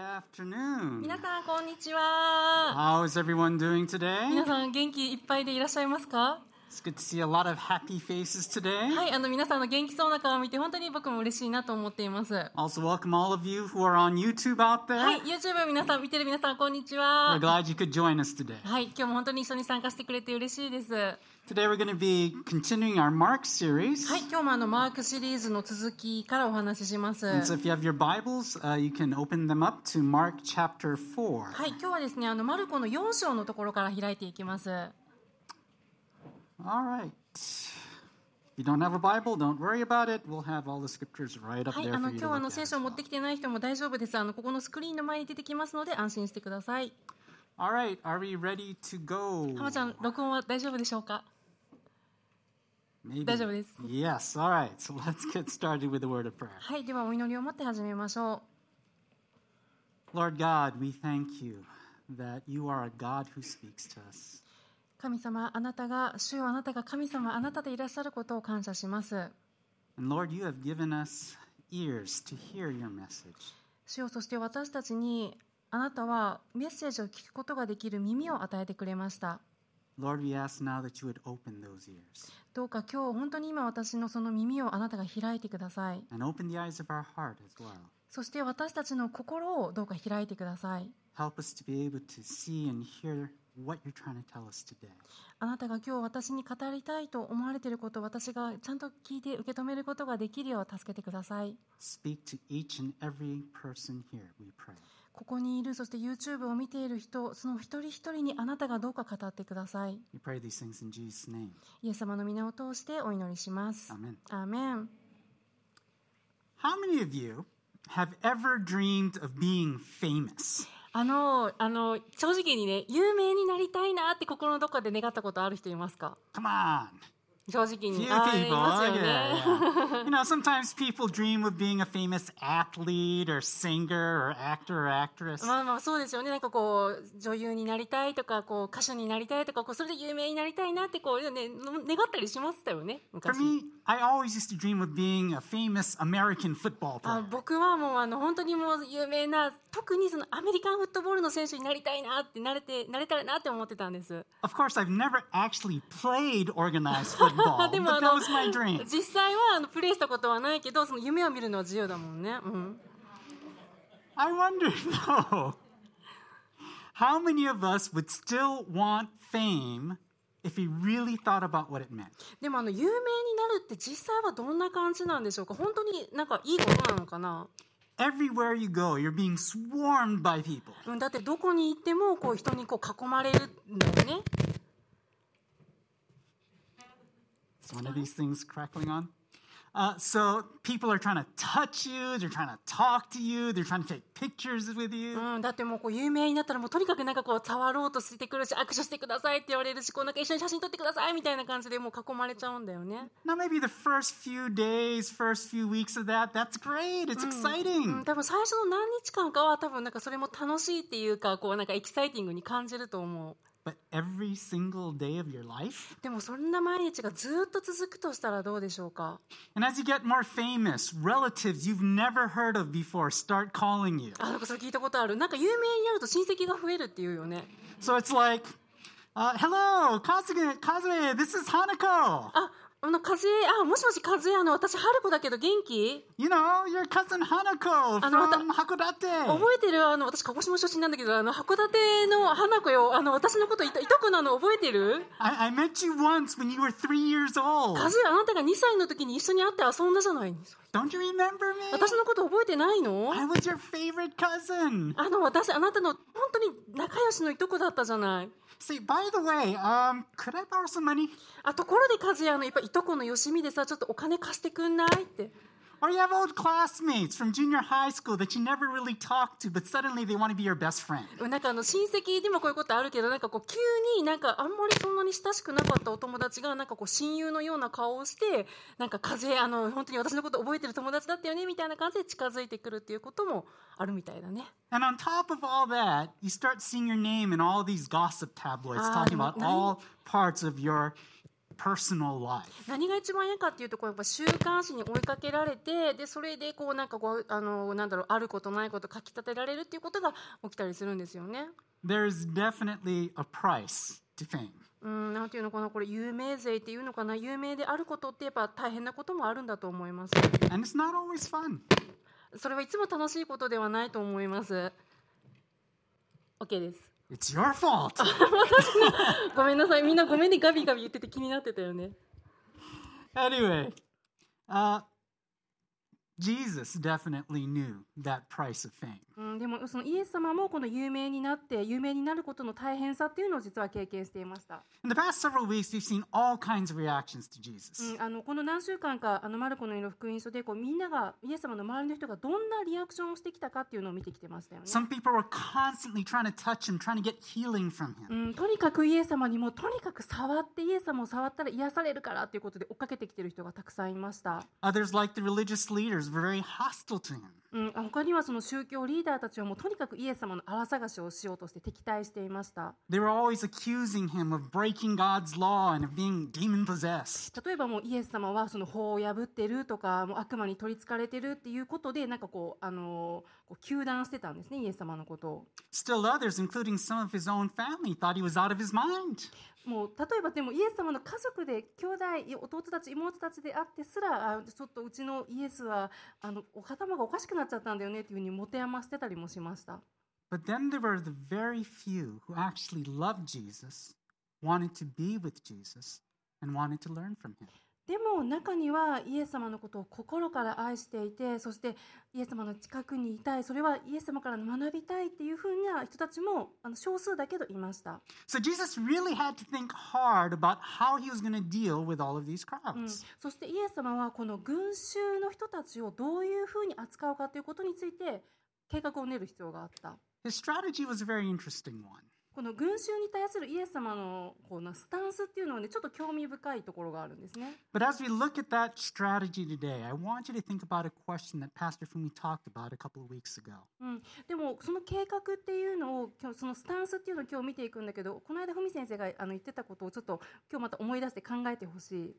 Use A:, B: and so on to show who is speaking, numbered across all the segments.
A: afternoon.
B: 皆さんこんにちは。
A: How's everyone doing
B: 皆
A: today?
B: さん元気いっぱいでいらっしゃいますか？
A: It's good to see a lot of happy faces today.
B: はい、あの皆さんの元気そうな顔を見て本当に僕も嬉しいなと思っています。は
A: Also, welcome all of you who are on YouTube out there.
B: い、YouTube 皆さん見てる皆さんこんにち
A: We're
B: は。
A: glad you could join us today.
B: はい、今日も本当に一緒に参加してくれて嬉しいです。は
A: Today, we're going to be continuing our Mark series.
B: い、今日もあのマークシリーズの続きからお話しします。は
A: And so, if you have your Bibles, uh, you can open them up to Mark chapter 4.
B: い、今日はですね、あのマルコの4章のところから開いていきます。は
A: All right. If you don't have a Bible, don't worry about it. We'll have all the scriptures right up
B: い、
A: there for
B: あの
A: you to look
B: 今日あの
A: at
B: 聖
A: as
B: 書を持っ
A: well.
B: てきてない人も大丈夫です。あのここのスクリーンの前に出てきますので安心してください。
A: All right, are we ready to go?
B: 浜ちゃん録音は大丈夫でしょうか？
A: Maybe.
B: 大丈夫です。
A: Yes, all right. So let's get started with the word of prayer.
B: はい、ではお祈りを持って始めましょう。
A: Lord God, we thank you that you are a God who speaks to us.
B: 神様あなたが主よあなたが神様あなたでいらっしゃることを感謝します
A: And Lord, you have given us ears to hear your message.
B: 主よそして私たちにあなたはメッセージを聞くことができる耳を与えてくれました
A: Lord, we ask now that you would open those ears
B: どうか今日本当に今私のその耳をあなたが開いてください
A: and open the eyes of our heart as well.
B: そして私たちの心をどうか開いてください
A: Help us to be able to see and hear what you're trying to tell us today.
B: あなたが今日私に語りたいと思われていることを私がちゃんと聞いて受け止めることができるよう助けてください
A: Speak to each and every person here, we pray.
B: ここにいるそして YouTube を見ている人その一人一人にあなたがどうか語ってください
A: We pray these things in Jesus' name.
B: イエス様の皆を通してお祈りします。
A: Amen.
B: アーメン。
A: How many of you have ever dreamed of being famous?
B: あの、あの、正直にね、有名になりたいなって心のどこかで願ったことある人いますか
A: Come on.
B: 正直
A: Few
B: に。
A: people.
B: あ ーいますよ
A: yeah,
B: ね。
A: yeah. you know, sometimes people dream of being a famous athlete or singer or actor or actress.
B: まあまあそうですよね。なんかこう、女優になりたいとか、こう、歌手になりたいとか、こう、それで有名になりたいなって、こう、ね、の願ったりしましたよね、
A: For
B: 昔。
A: me, I always used to dream of being a famous American football
B: あ
A: player.
B: 僕はもうあの本当にもう有名な特にそのアメリカンフットボールの選手になりたいなってなれてなれたらなって思ってたんです
A: Of course, I've never actually played organized football,
B: で
A: but
B: もあ
A: that
B: の
A: was my dream.
B: 実際はあのプレイしたことはないけどその夢を見るのは自由だもんね、うん、
A: I wonder though, how many of us would still want fame if we really thought about what it meant?
B: でもあの有名になるって実際はどんな感じなんでしょうか本当になんかいいことなのかな、
A: Everywhere you go, you're being swarmed by people.
B: うん、だってどこに行ってもこう人にこう囲まれるんだよね
A: Is one of these things crackling on? Uh, so people are trying to touch you, they're trying to talk to you, they're trying to take pictures with you.
B: うん、だってもうこう有名になったらもうとにかくなんかこう触ろうとしてくるし握手してくださいって言われるしこうなんか一緒に写真撮ってくださいみたいな感じでもう囲まれちゃうんだよね、
A: Now, maybe the first few days, first few weeks of that, that's great, it's
B: うん、
A: exciting.
B: 多分最初の何日間かは多分なんかそれも楽しいっていうかこうなんかエキサイティングに感じると思う
A: But every single day of your life,
B: でもそんな毎日がずっと続くとしたらどうでしょうか
A: And as you get more famous, relatives you've never heard of before start calling you.
B: あなんかそれ聞いたことあるなんか有名になると親戚が増えるっていうよね
A: So it's like, uh, hello, Kazuge, Kazue, this is Hanako.
B: ああの風あもしもし風あの私春子だけど元気
A: You know, your cousin Hanako
B: I know what
A: from Hakodate.
B: 覚えてるあの私鹿児島出身なんだけどあの函館の花子よあの私のこといといとこなの覚えてる
A: I, I met you once when you were three years old.
B: 風あなたが2歳の時に一緒に会って遊んだじゃない
A: Don't you remember me?
B: 私のこと覚えてないの
A: I was your favorite cousin.
B: あの私あなたの本当に仲良しのいとこだったじゃない
A: Say, by the way, um, could I borrow some money?
B: あところで風あのやっぱいとこのよしみでさちょっとお金貸してくんないって。
A: Or you have old classmates from junior high school that you never really talked to, but suddenly they want to be your best friend.
B: なんかあの親戚でもこういうことあるけどなんかこう急になんかあんまりそんなに親しくなかったお友達がなんかこう親友のような顔をしてなんか風あの本当に私のこと覚えてる友達だったよねみたいな感じで近づいてくるっていうこともあるみたいだね。
A: And on top of all that, you start seeing your name in all these gossip tabloids
B: Ah,
A: talking about
B: nice.
A: all parts of your personal life.
B: 何が一番嫌かっていうとこうやっぱ週刊誌に追いかけられてでそれでこうなんかこうあのなんだろうあることないこと書き立てられるっていうことが起きたりするんですよね。
A: There's definitely a price to fame.
B: うんなんていうのかなこれ有名税っていうのかな有名であることってやっぱ大変なこともあるんだと思います。
A: And it's not always fun.
B: それはいつも楽しいことではないと思います。OK です。
A: It's your fault.
B: ごめんなさいみんなごめんねガビガビ言ってて気になってたよね。
A: anyway, uh, Jesus definitely knew that price of fame.
B: うん、でもそのイエス様もこの有名になって有名になることの大変さっていうのを実は経験していました、
A: In the past several weeks, we've seen all kinds of reactions to Jesus.
B: うん、あのこの何週間かあのマルコの色福音書でこうみんながイエス様の周りの人がどんなリアクションをしてきたかっていうのを見てきてましたよね、
A: Some people were constantly trying to touch him, trying to get healing from
B: う
A: him.
B: ん、とにかくイエス様にもとにかく触ってイエス様を触ったら癒されるからということで追っかけてきてる人がたくさんいました、
A: Others, like the religious leaders, were very hostile to him.
B: うん、あ他にはその宗教リーダーたちはもうとにかくイエス様の荒探しをしようとして敵対していました
A: They were always accusing him of breaking God's law and of being demon possessed.
B: 例えばもうイエス様はその法を破ってるとかもう悪魔に取りつかれてるっていうことでなんかこうあのーこう糾弾してたんですねイエス様のことを
A: Still, others, including some of his own family, thought he was out of his mind.
B: もう例えばでもイエス様の家族で兄弟弟たち妹たちであってすらあちょっとうちのイエスはあのお頭がおかしくなっちゃったんだよねっていうふうに持て余してたりもしました
A: But then there were the very few who actually loved Jesus, wanted to be with Jesus, and wanted to learn from him.
B: でも中にはイエス様のことを心から愛していてそしてイエス様の近くにいたいそれはイエス様から学びたいっていうふうな人たちもあの少数だけどいました。
A: So Jesus really had to think hard about how he was going to deal with all of these
B: うん
A: crowds.
B: そしてイエス様はこの群衆の人たちをどういうふうに扱うかということについて計画を練る必要があった。
A: His strategy was a very interesting one.
B: この群衆に対するイエス様のこうなスタンスっていうのはねちょっと興味深いところがあるんですね。
A: But as we look at that strategy today, I want you to think about a question that Pastor Fumi talked about a couple of weeks ago.
B: うん、でもその計画っていうのを今日そのスタンスっていうのを今日見ていくんだけどこの間文先生があの言ってたことをちょっと今日また思い出して考えてほしい。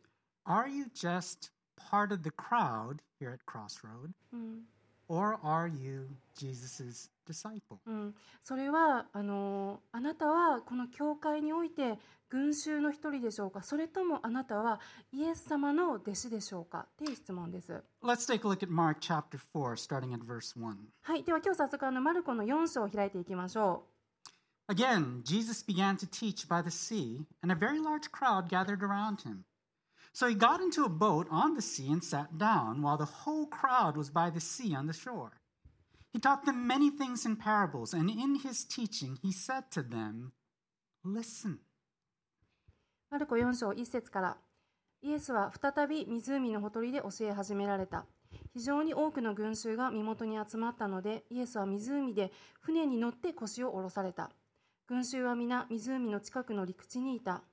A: Are you just part of the crowd here at Crossroad,
B: うん、
A: or are you Jesus' disciple?
B: うん、それはあのあなたはこの教会において群衆の一人でしょうかそれともあなたはイエス様の弟子でしょうかっていう質問です。
A: Let's take a look at Mark chapter 4, starting at verse 1.
B: はい、では今日早速あのマルコの4章を開いていきましょ
A: Again, Jesus began to teach by the sea, and a very large crowd gathered around him. So he got into a boat on the sea and sat down, while the whole crowd was by the sea on the shore. He taught them many things in parables, and in his teaching he said to them, Listen.
B: う。マルコ4章1節からイエスは再び湖のほとりで教え始められた。非常に多くの群衆が身元に集まったのでイエスは湖で船に乗って腰を下ろされた。群衆は皆湖の近くの陸地にいた。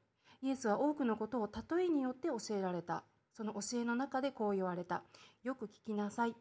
B: イエスは多くのことを例えによって教えられた。その教えの中でこう言われた。よく聞きなさい。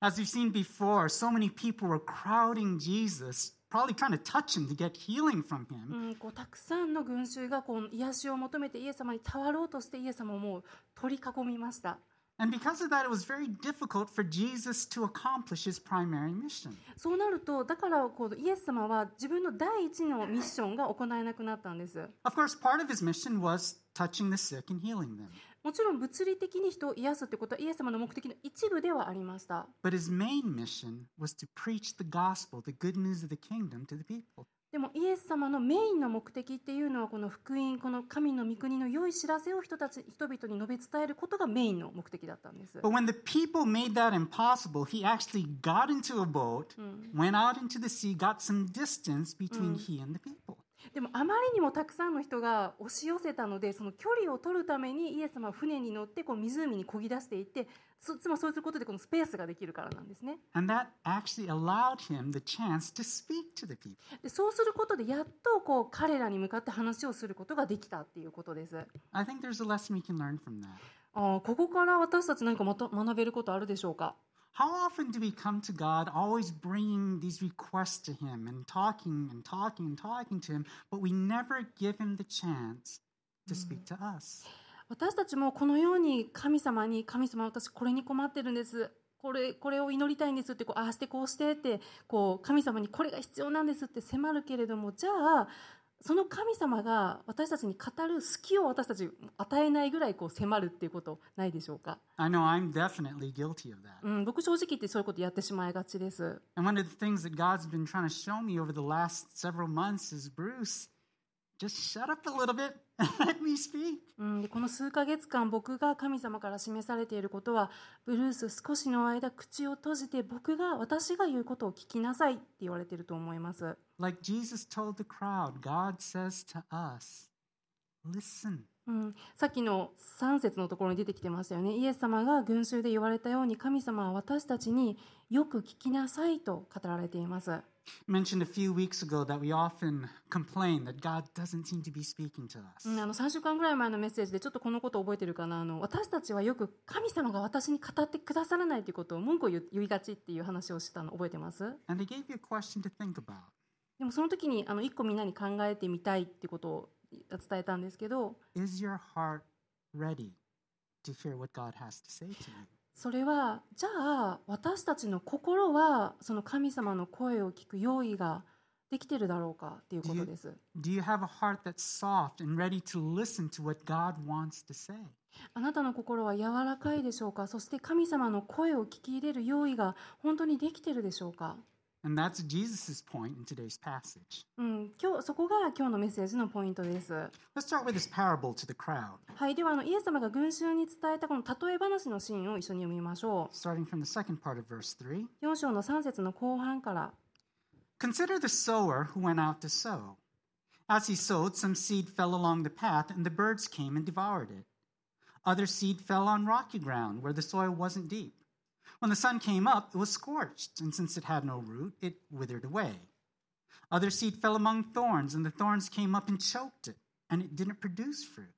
A: As we've seen before, so many people were crowding Jesus, probably trying to touch him to get healing from him.
B: うん、こうたくさんの群衆がこう癒しを求めてイエス様にたわろうとしてイエス様をもう取り囲みました。
A: And because of that, it was very difficult for Jesus to accomplish his primary mission.
B: そうなるとだからこうイエス様は自分の第一のミッションが行えなくなったんです
A: Of course, part of his mission was touching the sick and healing them.
B: もちろん物理的に人を癒すってことはイエス様の目的の一部ではありました
A: But his main mission was to preach the gospel, the good news of the kingdom to the people.
B: でもイエス様のメインの目的っていうのはこの福音この神の御国の良い知らせを人たち人々に述べ伝えることがメインの目的だったんです
A: But when the people made that impossible, he actually got into a boat, went out into the sea, got some distance between he and the people.
B: でもあまりにもたくさんの人が押し寄せたのでその距離を取るためにイエス様は船に乗ってこう湖に漕ぎ出していってそつまりそうすることでこのスペースができるからなんですね
A: And that actually allowed him the chance to speak to the people.
B: でそうすることでやっとこう彼らに向かって話をすることができたっていうことです。
A: I think there's a lesson we can learn from that.
B: あーここから私たち何かまた学べることあるでしょうか
A: How often do we come to God always bringing these requests to Him and talking and talking and talking to Him, but we never give Him the chance to speak to us.
B: 私たちもこのように神様に神様私これに困ってるんですこれこれを祈りたいんですってこうああしてこうしてってこう神様にこれが必要なんですって迫るけれどもじゃあその神様が私たちに語る隙を私たち与えないぐらいこう迫るっていうことないでしょうか、
A: I know I'm definitely guilty of that.
B: うん、僕正直言ってそういうことやってしまいがちです
A: And one of the things that God's been trying to show me over the last several months is Bruce, just shut up a little bit and let me speak.
B: うん、でこの数ヶ月間僕が神様から示されていることはブルース少しの間口を閉じて僕が私が言うことを聞きなさいって言われてると思います
A: Like Jesus told the crowd, God says to us, listen.
B: うん、さっきの3節のところに出てきてましたよねイエス様が群衆で言われたように神様は私たちによく聞きなさいと語られています、
A: I mentioned a few weeks ago that we often complain that God doesn't seem to be speaking to
B: う
A: us.
B: ん、あの3週間ぐらい前のメッセージでちょっとこのこと覚えてるかなあの私たちはよく神様が私に語ってくださらないということを文句を言う言いがちっていう話をしたの覚えてます
A: And I gave you a question to think about.
B: でもその時にあの一個みんなに考えてみたいっていうことを伝えたんですけど
A: Is your heart ready to hear what God has to say to you?
B: それはじゃあ私たちの心はその神様の声を聞く用意ができてるだろうかっていうことです
A: Do you have a heart that's soft and ready to listen to what God wants to say?
B: あなたの心は柔らかいでしょうかそして神様の声を聞き入れる用意が本当にできてるでしょうか
A: And that's Jesus' point in today's passage.
B: うん、今日そこが今日のメッセージのポイントです。
A: Let's start with this parable to the crowd,
B: はい、ではあのイエス様が群衆に伝えたこの例え話のシーンを一緒に読みましょ
A: starting from the second part of verse 3.
B: う。4章の3節の後半から。
A: Consider the sower who went out to sow. As he sowed, some seed fell along the path, and the birds came and devoured it. Other seed fell on rocky ground, where the soil wasn't deep. When the sun came up, it was scorched, and since it had no root, it withered away. Other seed fell among thorns, and the thorns came up and choked it, and it didn't produce fruit.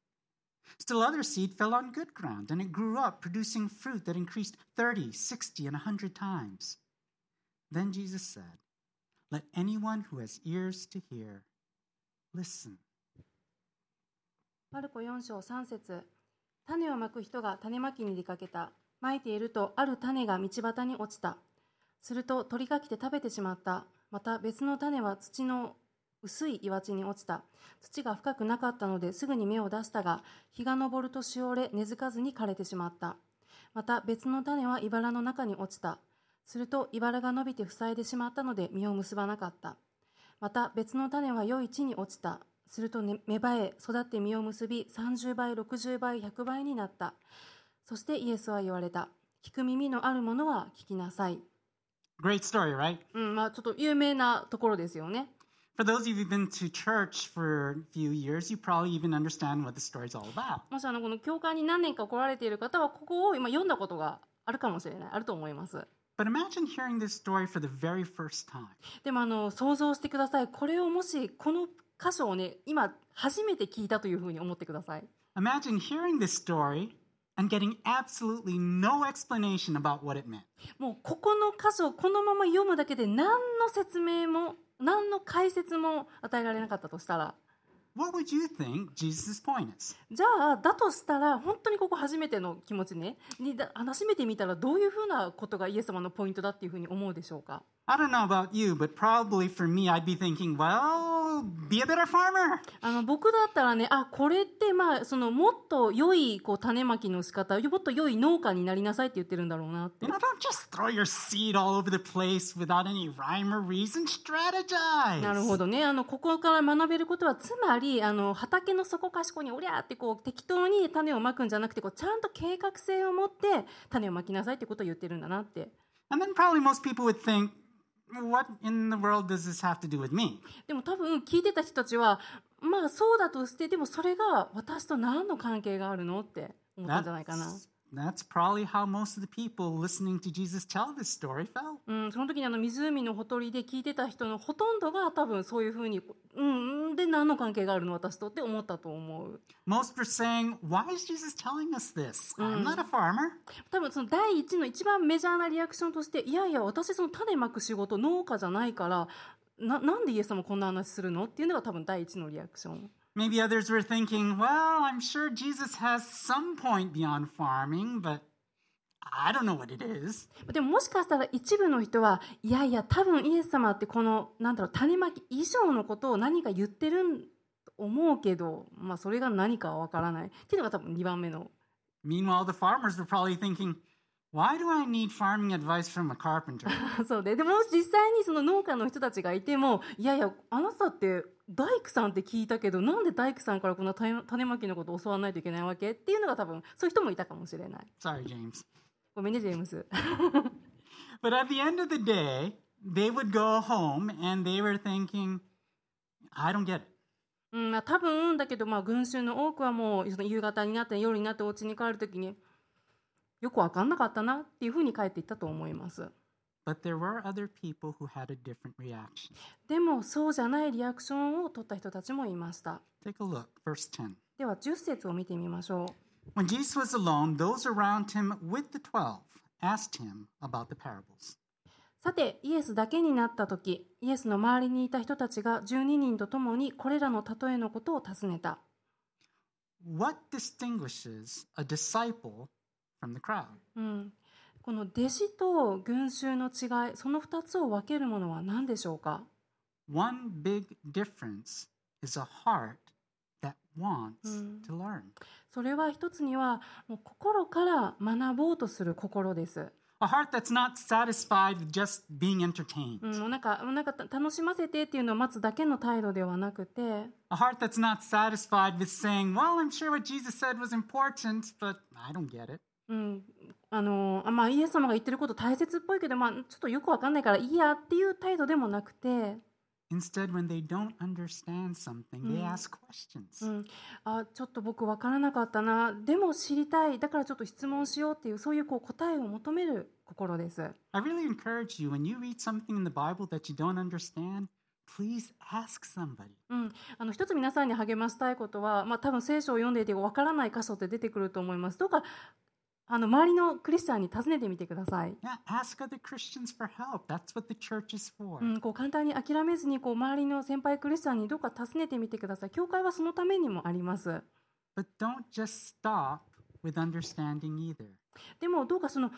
A: Still, other seed fell on good ground, and it grew up, producing fruit that increased thirty, sixty, and a 100 times. Then Jesus said, let anyone who has ears to hear listen.
B: マルコ4章3節種をまく人が種まきに出かけた。まいていると、ある種が道端に落ちた。すると鳥が来て食べてしまった。また別の種は土の薄い岩地に落ちた。土が深くなかったのですぐに芽を出したが、日が昇るとしおれ、根付かずに枯れてしまった。また別の種は茨の中に落ちた。すると茨が伸びて塞いでしまったので実を結ばなかった。また別の種は良い地に落ちた。すると、ね、芽生え、育って実を結び、30倍、60倍、100倍になった。そしてイエスは言われた。聞く耳のあるものは聞きなさい。
A: Great story, right?
B: うん、まあちょっと有名なところですよね。
A: For those of you who've been to church for a few years, you probably even understand what the story's all about.
B: もしあのこの教会に何年か来られている方はここを今読んだことがあるかもしれない、あると思います。
A: But imagine hearing this story for the very first time.
B: でもあの想像してください。これをもしこの箇所をね、今初めて聞いたというふうに思ってください。
A: Imagine hearing this story and getting absolutely no explanation about what it meant.
B: もうここの箇所をこのまま読むだけで何の説明も何の解説も与えられなかったとしたら
A: What would you think Jesus' point is?
B: じゃあだとしたら本当にここ初めての気持ちねにだ話しめてみたらどういうふうなことがイエス様のポイントだっていうふうに思うでしょうか
A: I don't know about you, but probably for me, I'd be thinking, well, be a better farmer.
B: あの僕だったらねあこれってまあそのもっと良いこう種まきの仕方もっと良い農家になりなさいって言ってるんだろうなって
A: You know, don't just throw your seed all over the place without any rhyme or reason. Strategize.
B: なるほどねあのここから学べることはつまりあの畑の底かしこにおりゃーってこう適当に種をまくんじゃなくてこうちゃんと計画性を持って種をまきなさいってことを言ってるんだなって
A: And then probably most people would think, what in the world does this have to do with me?
B: でも多分聞いてた人たちはまあそうだとしてでもそれが私と何の関係があるのって思ったんじゃないかな。
A: That's, that's probably how most of the people listening to Jesus tell this story felt.
B: うん、その時にあの湖のほとりで聞いてた人のほとんどが多分そういうふうに、うん、うんで何の関係があるの私とって思ったと思う。
A: Most were saying, why is Jesus telling us this? I'm not a farmer.
B: 多分その第一の一番メジャーなリアクションとしていやいや私その種まく仕事農家じゃないからななんでイエス様こんな話するのっていうのが多分第一のリアクション
A: Maybe others were thinking, well, I'm sure Jesus has some point beyond farming, but I don't know what it is.
B: でももしかしたら一部の人はいやいや多分イエス様ってこのなんだろう種まき以上のことを何か言ってるんと思うけど、まあ、それが何かはわからないっていうのが多分2番目の
A: Meanwhile, the farmers were probably thinking, why do I need farming advice from a carpenter?
B: そうででも実際にその農家の人たちがいてもいやいやあなたって大工さんって聞いたけどなんで大工さんからこんな種種まきのことを教わらないといけないわけっていうのが多分そういう人もいたかもしれない
A: Sorry, James.
B: ごめんねジェームス
A: But at the end of the day, they would go home and they were thinking, I don't get it.
B: うんまあ多分だけどまあ群衆の多くはもうその夕方になって夜になってお家に帰る時によく分かんなかったなっていうふうに帰っていったと思います
A: But there were other people who had a different reaction.
B: でもそうじゃないリアクションを取った人たちもいました
A: Take a look, verse 10.
B: では10節を見てみましょう
A: When Jesus was alone, those around him with the twelve asked him about the parables.
B: さてイエスだけになった時イエスの周りにいた人たちが12人と共にこれらの例えのことを尋ねた
A: What distinguishes a disciple from the crowd?
B: うん、この弟子と群衆の違いその2つを分けるものは何でしょうか
A: One big difference is a heart that wants to learn.
B: それは一つにはもう心から学ぼうとする心です、
A: A heart that's not satisfied with just being entertained.
B: うん、もうなんかもうなんかた楽しませてっていうのを待つだけの態度ではなくて
A: A heart that's not satisfied with saying, Well, I'm sure what Jesus said was important, but I don't get it.
B: うんあのあまあ、イエス様が言ってること大切っぽいけど、まあ、ちょっとよくわかんないからいいやっていう態度でもなくて
A: Instead, when they don't understand something, they ask questions.
B: うん、あちょっと僕分からなかったなでも知りたいだからちょっと質問しようっていうそういうこう答えを求める心です
A: I really encourage you when you read something in the Bible that you don't understand, please ask somebody.
B: うん、あの一つ皆さんに励ましたいことは、まあ、多分聖書を読んでいて分からない箇所って出てくると思いますどうかあの周りのクリスチャンに尋ねてみてください、
A: Yeah, ask other Christians for help. That's what the church is for.
B: うん、こう簡単に諦めずにこう周りの先輩クリスチャンにどうか尋ねてみてください教会はそのためにもあります
A: But don't just stop with understanding either.
B: でもどうかその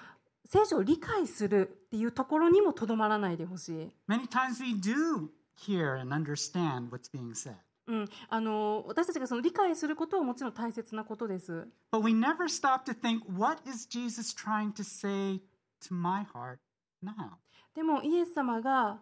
B: 聖書を理解するっていうところにもとどまらないでほしい
A: Many times we do hear and understand what's being said,
B: うん、あの私たちがその理解することはもちろん大切なことです。
A: but we never stop to think, what is Jesus trying to say to my heart now?
B: でもイエス様が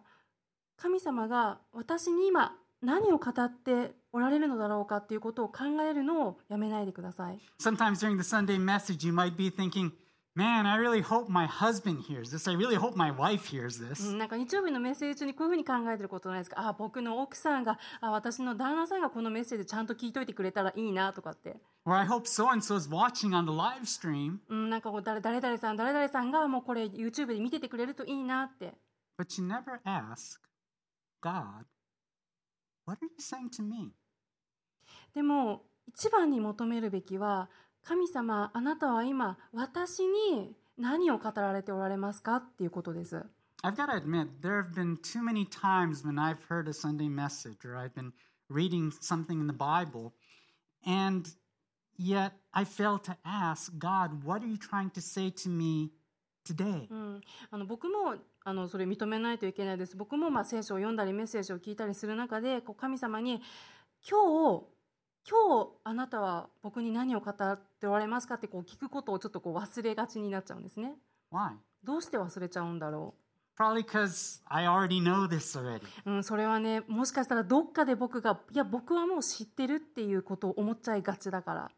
B: 神様が私に今何を語っておられるのだろうかっていうことを考えるのをやめないでください。
A: Sometimes during the Sunday message, you might be thinking, man, I really hope my husband hears this. I really hope my wife hears this.
B: うんなんか日曜日のメッセージ中にこういうふうに考えてることないですかあ僕の奥さんがあ私の旦那さんがこのメッセージちゃんと聞いといてくれたらいいなとかって、
A: Or I hope so and so is watching on the live stream.
B: うん、なんかこう誰誰々さん誰々さんがもうこれ YouTube で見ててくれるといいなって
A: But you never ask God, what are you saying to me?
B: でも一番に求めるべきは神様あなたは今私に何を語られておられますかっていうことです
A: I've got to admit, there have been too many times when I've heard a Sunday message or I've been reading something in the Bible, and yet I fail to ask God, what are you trying to say to me today?
B: うん、あの僕もあのそれ認めないといけないです僕もまあ聖書を読んだりメッセージを聞いたりする中でこう神様に今日今日あなたは僕に何を語っておられますかってこう聞くことをちょっとこう忘れがちになっちゃうんですね
A: Why?
B: どうして忘れちゃうんだろ
A: Probably because I already know this already.
B: う、うん、それはねもしかしたらどっかで僕がいや僕はもう知ってるっていうことを思っちゃいがちだから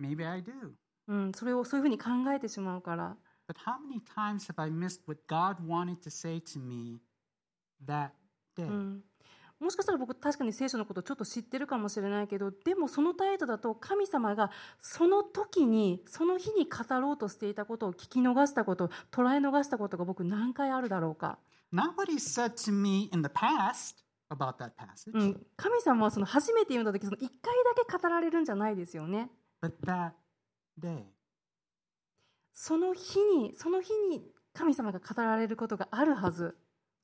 A: Maybe I do.
B: うん、それをそういうふうに考えてしまうから、
A: But how many times have I missed what God wanted to say to me that day?
B: うん、もしかしたら僕確かに聖書のことちょっと知ってるかもしれないけどでもその態度だと神様がその時にその日に語ろうとしていたことを聞き逃したこと捉え逃したことが僕何回あるだろうか、
A: Not what He said to me in the past about that passage,
B: うん、神様はその初めて読んだ時その1回だけ語られるんじゃないですよね
A: but that day.
B: その日にその日に神様が語られることがあるはず、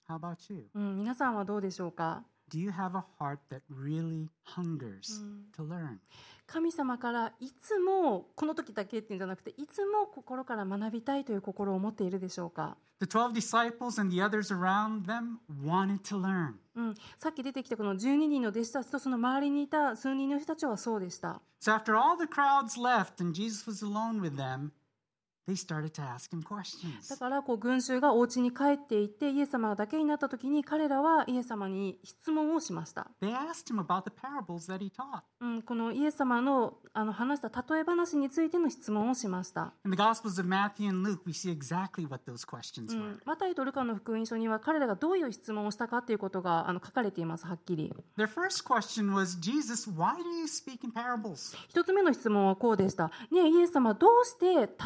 A: How about you?
B: うん、皆さんはどうでしょうか
A: Do you have a heart that really hungers
B: Mm.
A: to learn?
B: 神様からいつもこの時だけっていうんじゃなくていつも心から学びたいという心を持っているでしょうか、
A: The 12 disciples and the others around them wanted to learn.
B: うん、さっき出てきたこの12人の弟子たちとその周りにいた数人の人たちはそうでした
A: So after all the crowds left and Jesus was alone with them, they started to ask him
B: だ
A: questions.
B: からこう群衆がお家に帰っていってイエス様だけになった時に彼らはイエス様に質問をしました、
A: They asked him about the parables that he taught.
B: うん、このイエス様のあの話した例え話についての質問をしました、
A: In the Gospels of Matthew and Luke, we see exactly what those questions
B: う
A: were.
B: ん、マタイとルカの福音書には彼らがどういう質問をしたかということがあの書かれていますはっきり
A: Their first question was, Jesus, why do you speak in parables?
B: 一つ目の質問はこうでした。ねえ、イエス様、どうして例え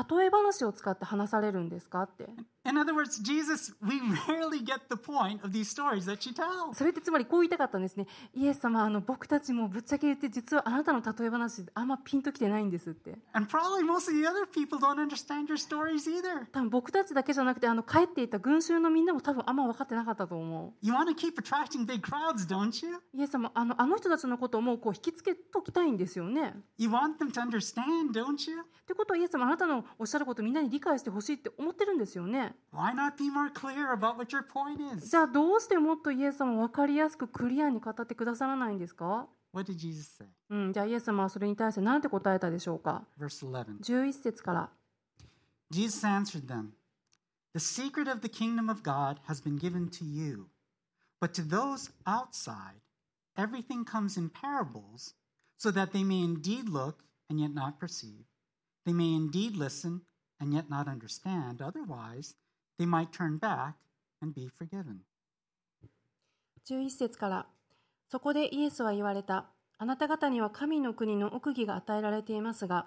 B: 話を使って話されるんですかって。
A: In other words, Jesus, we rarely get the point of these stories that you tell.
B: それってつまりこう言いたかったんですね。イエス様、あの、僕たちもぶっちゃけ言って、実はあなたの例え話、あんまピンときてないんですって。
A: And probably most of the other people don't understand your stories either.
B: 多分僕たちだけじゃなくて、あの、帰っていた群衆のみんなも多分あんま分かってなかったと思
A: You want to keep attracting big crowds, don't you?
B: う。イエス様、あの、あの人たちのことをもうこう引きつけときたいんですよね。
A: You want them to understand, don't you?
B: ってことはイエス様、あなたのおっしゃることをみんなに理解してほしいって思ってるんですよね。
A: Why not be more clear about what your point is?
B: じゃあどうしてもっとイエス様を分かりやすくクリアに語ってくださらないんですか
A: What did Jesus say?
B: うん、じゃあイエス様はそれに対して何て答えたでしょうか
A: Verse 11.
B: 11節から、
A: Jesus answered them The secret of the kingdom of God has been given to you, but to those outside, everything comes in parables, so that they may indeed look and yet not perceive. They may indeed listen and yet not understand. Otherwise, they might turn back and be forgiven.
B: 11節から、そこでイエスは言われた。あなた方には神の国の奥義が与えられていますが、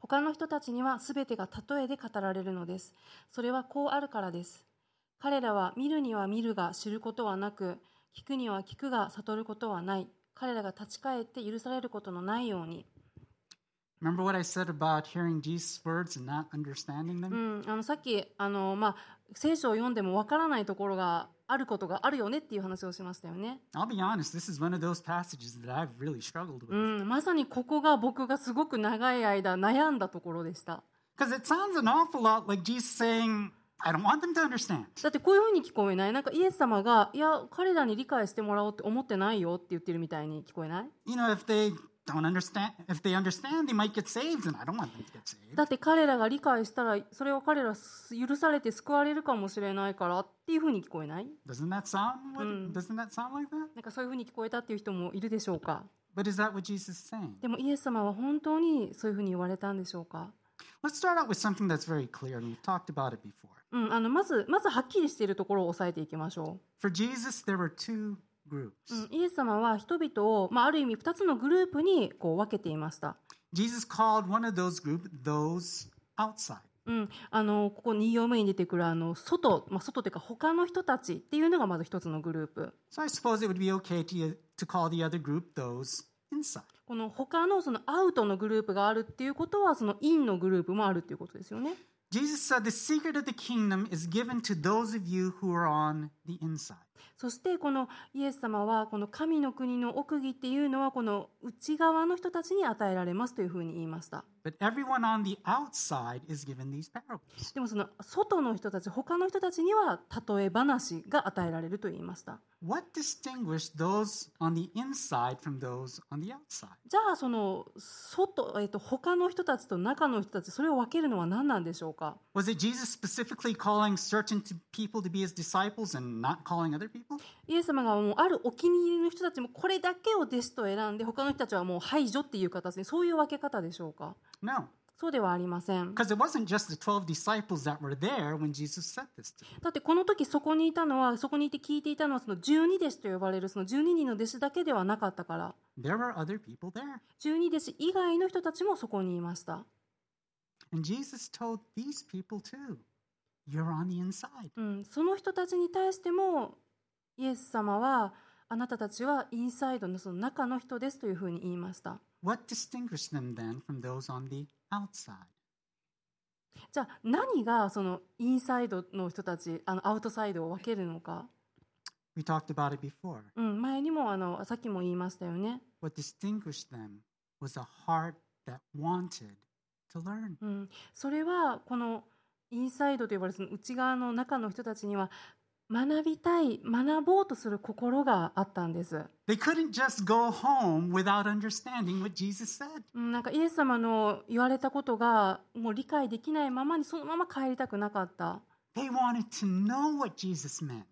B: 他の人たちには全てが例えで語られるのです。それはこうあるからです。彼らは見るには見るが知ることはなく、聞くには聞くが悟ることはない。彼らが立ち返って許されることのないように。
A: Remember what I said about hearing Jesus' words and not understanding
B: う
A: them?
B: ん、あのさっきあの、まあ、聖書を読んでもわからないところがあることがあるよねっていう話をしましたよね、
A: I'll be honest, this is one of those passages that I've really struggled with.
B: うん、まさにここが僕がすごく長い間悩んだところでした
A: Because it sounds an awful lot like Jesus saying, I don't want them to understand.
B: だってこういうふうに聞こえないなんかイエス様が「いや彼らに理解してもらおうって思ってないよ」って言ってるみたいに聞こえない
A: You know, if they don't understand, if they understand, they might get saved, and I don't want them to get saved.
B: だって彼らが理解したらそれを彼ら許されて救われるかもしれないからっていうふうに聞こえない
A: Doesn't that sound? What,
B: Mm.
A: Doesn't that sound like that?
B: なんかそういうふうに聞こえたっていう人もいるでしょうか
A: But is that what Jesus is saying?
B: でもイエス様は本当にそういうふうに言われたんでしょうか
A: Let's start out with something that's very clear, and we've talked about it before.
B: うん、あのまずまずはっきりしているところを押さえていきましょ
A: For Jesus, there were two groups.
B: う、うん、イエス様は人々を、まあ、ある意味2つのグループにこう分けていました、
A: Jesus called one of those groups those outside.
B: うん、あのここ2行目に出てくるあの外、まあ、外というか他の人たちっていうのがまず1つのグループ
A: So I suppose it would be okay to, to call the other group those inside.
B: この他のそのアウトのグループがあるっていうことはそのインのグループもあるっていうことですよね
A: Jesus said, The secret of the kingdom is given to those of you who are on the inside.
B: そしてこのイエス様はこの神の国の奥義っていうのはこの内側の人たちに与えられますというふうに言いました
A: But everyone on the outside is given these parables.
B: でもその外の人たち他の人たちには例え話が与えられると言いました。
A: What distinguished those on the inside from those on the outside?
B: じゃあその外、えっと他の人たちと中の人たちそれを分けるのは何なんでしょうか
A: Was it Jesus specifically calling certain t- people to be his disciples and not calling other people?
B: イエス様がもうあるお気に入りの人たちもこれだけを弟子と選んで他の人たちはもう排除っていう形にそういう分け方でしょうか
A: No,
B: そうではありません。
A: because it wasn't just the 12 disciples that were there when Jesus said this to them.
B: だってこの時そこにいたのはそこにいて聞いていたのはその12弟子と呼ばれるその12人の弟子だけではなかったから
A: There were other people there.
B: 12弟子以外の人たちもそこにいました。
A: And Jesus told these people too, You're on the inside.
B: うん、その人たちに対してもイエス様はあなたたちはインサイドのその中の人ですというふうに言いました。
A: What distinguished them then from those on the outside?
B: じゃあ何がそのインサイドの人たちあのアウトサイドを分けるのか
A: We talked about it before.
B: うん、前にもあのさっきも言いましたよね、
A: What distinguished them was a heart that wanted to learn.
B: うん、それはこのインサイドと呼ばれるその内側の中の人たちには学びたい学ぼうとする心があったんです、
A: They couldn't just go home without understanding what Jesus said.
B: うん、なんかイエス様の言われたことがもう理解できないままにそのまま帰りたくなかった
A: They wanted to know what Jesus meant.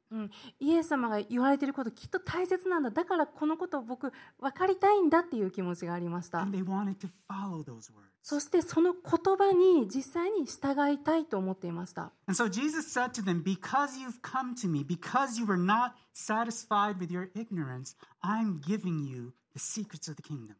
B: イエス様が言われてることきっと大切なんだだからこのことを僕分かりたいんだっていう気持ちがありました
A: And they wanted to follow those words.
B: そしてその言葉に実際に従いたいと思っていました
A: And so Jesus said to them, Because you've come to me, because you were not satisfied with your ignorance, I'm giving you the secrets of the kingdom.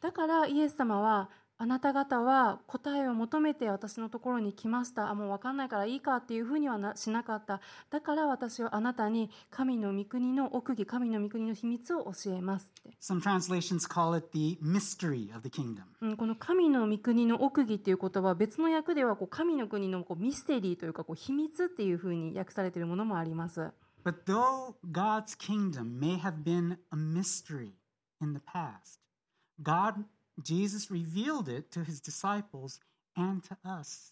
B: だからイエス様はあなた方は答えを求めて私のところに来ましたあもう分かんないからいいかっていうふうにはなしなかっただから私はあなたに神の御国の奥義神の御国の秘密を教えますって
A: Some translations call it the mystery of the kingdom.
B: うん、この神の御国の奥義っていう言葉は別の訳ではこう神の国のこうミステリーというかこう秘密っていうふうに訳されているものもあります。
A: But though God's kingdom may have been a mystery in the past, God, Jesus revealed it to his disciples and to us.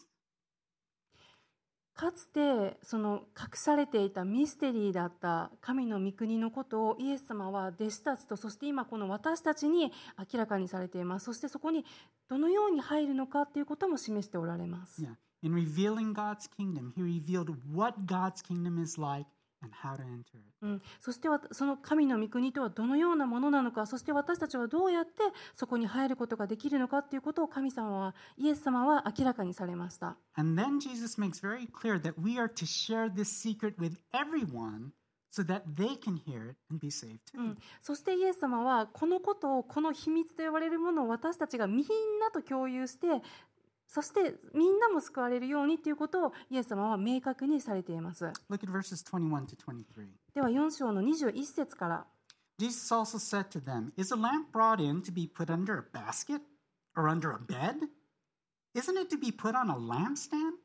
B: かつてその隠されていたミステリーだった神の御国のことをイエス様は弟子たちとそして今この私たちに明らかにされていますそしてそこにどのように入るのかっていうことも示しておられます、
A: Yeah. In revealing God's kingdom, he revealed what God's kingdom is like and how to enter it.
B: うん、そしてわたその神の御国とはどのようなものなのかそして私たちはどうやってそこに入ることができるのかっていうことを神様はイエス様は明らかにされました
A: And then Jesus makes very clear that we are to share this secret with everyone so that they can hear it and be saved too.
B: うんそしてイエス様はこのことをこの秘密と呼ばれるものを私たちがみんなと共有してそしてみんなも救われるようにということをイエス様は明確にされています
A: Look at verses 21 to 23.
B: では4章の21節から
A: Jesus also said to them, Is a lamp brought in to be put under a basket or under a bed? Isn't it to be put on a lampstand?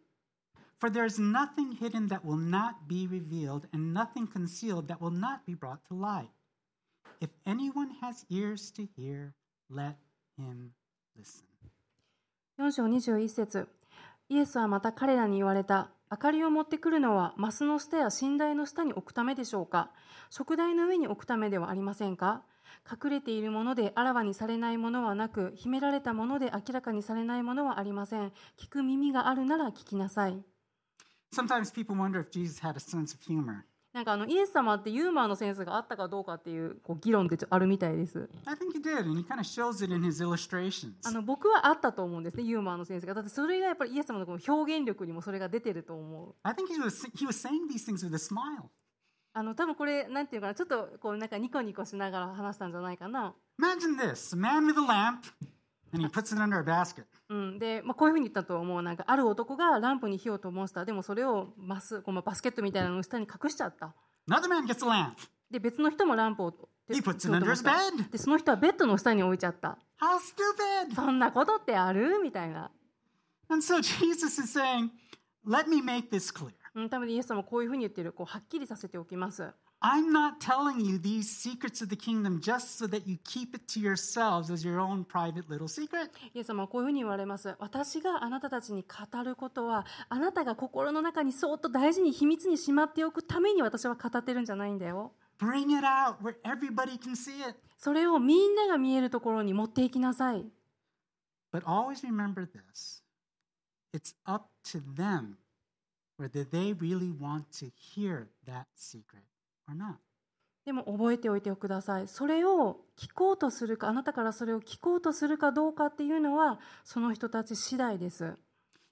A: For there is nothing hidden that will not be revealed, and nothing concealed that will not be brought to light. If anyone has ears to hear, let him listen.
B: 4章21節イエスはまた彼らに言われた明かりを持ってくるのはマスの下や寝台の下に置くためでしょうか食台の上に置くためではありませんか隠れているものであらわにされないものはなく秘められたもので明らかにされないものはありません聞く耳があるなら聞きなさい
A: Sometimes people wonder if Jesus had a sense of humor.
B: なんかあのイエス様ってユーモアのセンスがあったかどうかっていうこう議論ってちょあるみたいです。
A: I think he did, and he kind of shows it in his illustrations.
B: あの僕はあったと思うんですね、ユーモアのセンスが。だってそれがやっぱりイエス様のこの表現力にもそれが出てると思う。
A: I think he was, he was saying these things with a smile.
B: あの多分これなんていうかなちょっとこうなんかニコニコしながら話したんじゃないかな。
A: Imagine this a man with a lamp, and he puts it under a basket.
B: うん、で、まあ、こういうふうに言ったと思うなんかある男がランプに火を灯したでもそれをマスこうまあバスケットみたいなのの下に隠しちゃった
A: Another man gets a lamp.
B: で別の人もランプをで
A: He puts it under his
B: 火を灯した
A: bed.
B: でその人はベッドの下に置いちゃった
A: How stupid!
B: そんなことってあるみたいな、
A: And so Jesus is saying, Let me make this clear.
B: うん、多分イエス様はこういうふうに言ってるこうはっきりさせておきます
A: I'm not telling you these secrets of the kingdom just so that you keep it to yourselves as your own private little secret.
B: イエス様はこういうふうに言われます私があなたたちに語ることはあなたが心の中にそっと大事に秘密にしまっておくために私は語ってるんじゃないんだよ
A: Bring it out where everybody can see it.
B: それをみんなが見えるところに持っていきなさい
A: But always remember this it's up to them whether they really want to hear that secret or not.
B: でも覚えておいてくださいそれを聞こうとするかあなたからそれを聞こうとするかどうかっていうのはその人たち次第です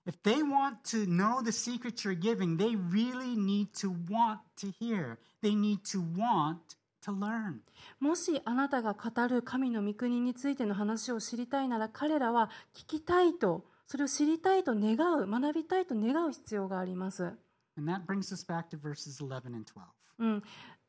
A: If they want to know the secret you're giving, they really need to want to hear. They need to want to learn.
B: もしあなたが語る神の御国についての話を知りたいなら彼らは聞きたいとそれを知りたいと願う学びたいと願う必要があります
A: And that brings us back to verses 11 and 12.
B: うん、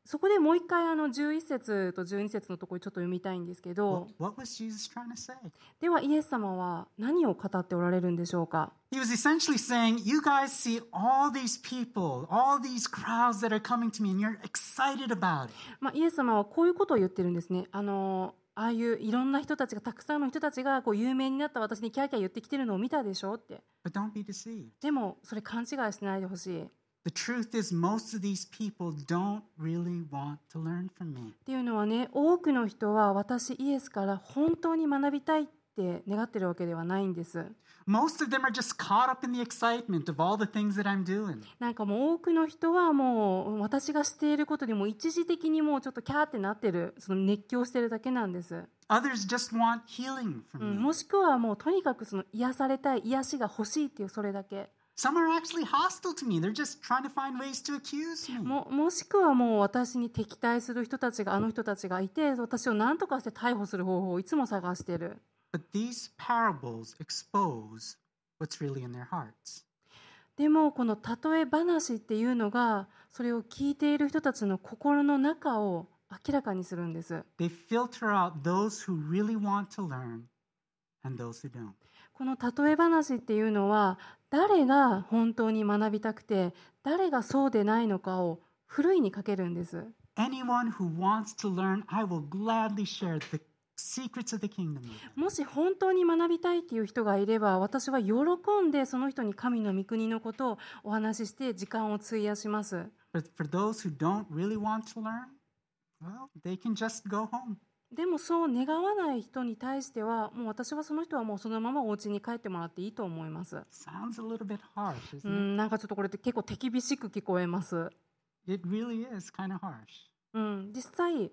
B: そこでもう一回あの11節と12節のところちょっと読みたいんですけど
A: What, what was Jesus trying to say?
B: ではイエス様は何を語っておられるんでしょうか
A: He was essentially saying, You guys see all these people, all these crowds that are coming to me, and you're excited about it.
B: まあ、イエス様はこういうことを言ってるんですね。あのああいういろんな人たちがたくさんの人たちがこう有名になった私にキャーキャー言ってきてるのを見たでしょって。
A: But don't be deceived.
B: でもそれ勘違いしないでほしい。っ
A: The truth is, most of these people don't really want to learn from me.
B: ていうのはね多くの人は私イエスから本当に学びたいって願ってるわけではないんです。
A: Most of them are just caught up in the excitement of all the things that I'm doing.
B: なんかもう多くの人はもう私がしていることにもう一時的にもうちょっとキャーってなってるその熱狂してるだけなんです、
A: Others just want healing
B: う
A: from
B: ん、
A: me.
B: もしくはもうとにかくその癒されたい癒しが欲しいっていうそれだけ
A: Some are actually hostile to me. They're just trying to find ways to accuse me.
B: ももしくはもう私に敵対する人たちがあの人たちがいて私を何とかして逮捕する方法をいつも探してる
A: But these parables expose what's really in their hearts.
B: でもこの例え話っていうのがそれを聞いている人たちの心の中を明らかにするんです
A: They filter out those who really want to learn and those who don't.
B: この例え話っていうのは誰が本当に学びたくて誰がそうでないのかをふるいにかけるんです
A: Anyone who wants to learn, I will gladly share the secrets of the kingdom. with them.
B: もし本当に学びたいっていう人がいれば私は喜んでその人に神の御国のことをお話しして時間を費やします
A: But for those who don't really want to learn, well, they can just go home.
B: でもそう願わない人に対してはもう私はその人はもうそのままお家に帰ってもらっていいと思います
A: Sounds a little bit harsh, isn't
B: う
A: it?
B: んなんかちょっとこれって結構手厳しく聞こえます、
A: It really is kind of harsh.
B: うん、実際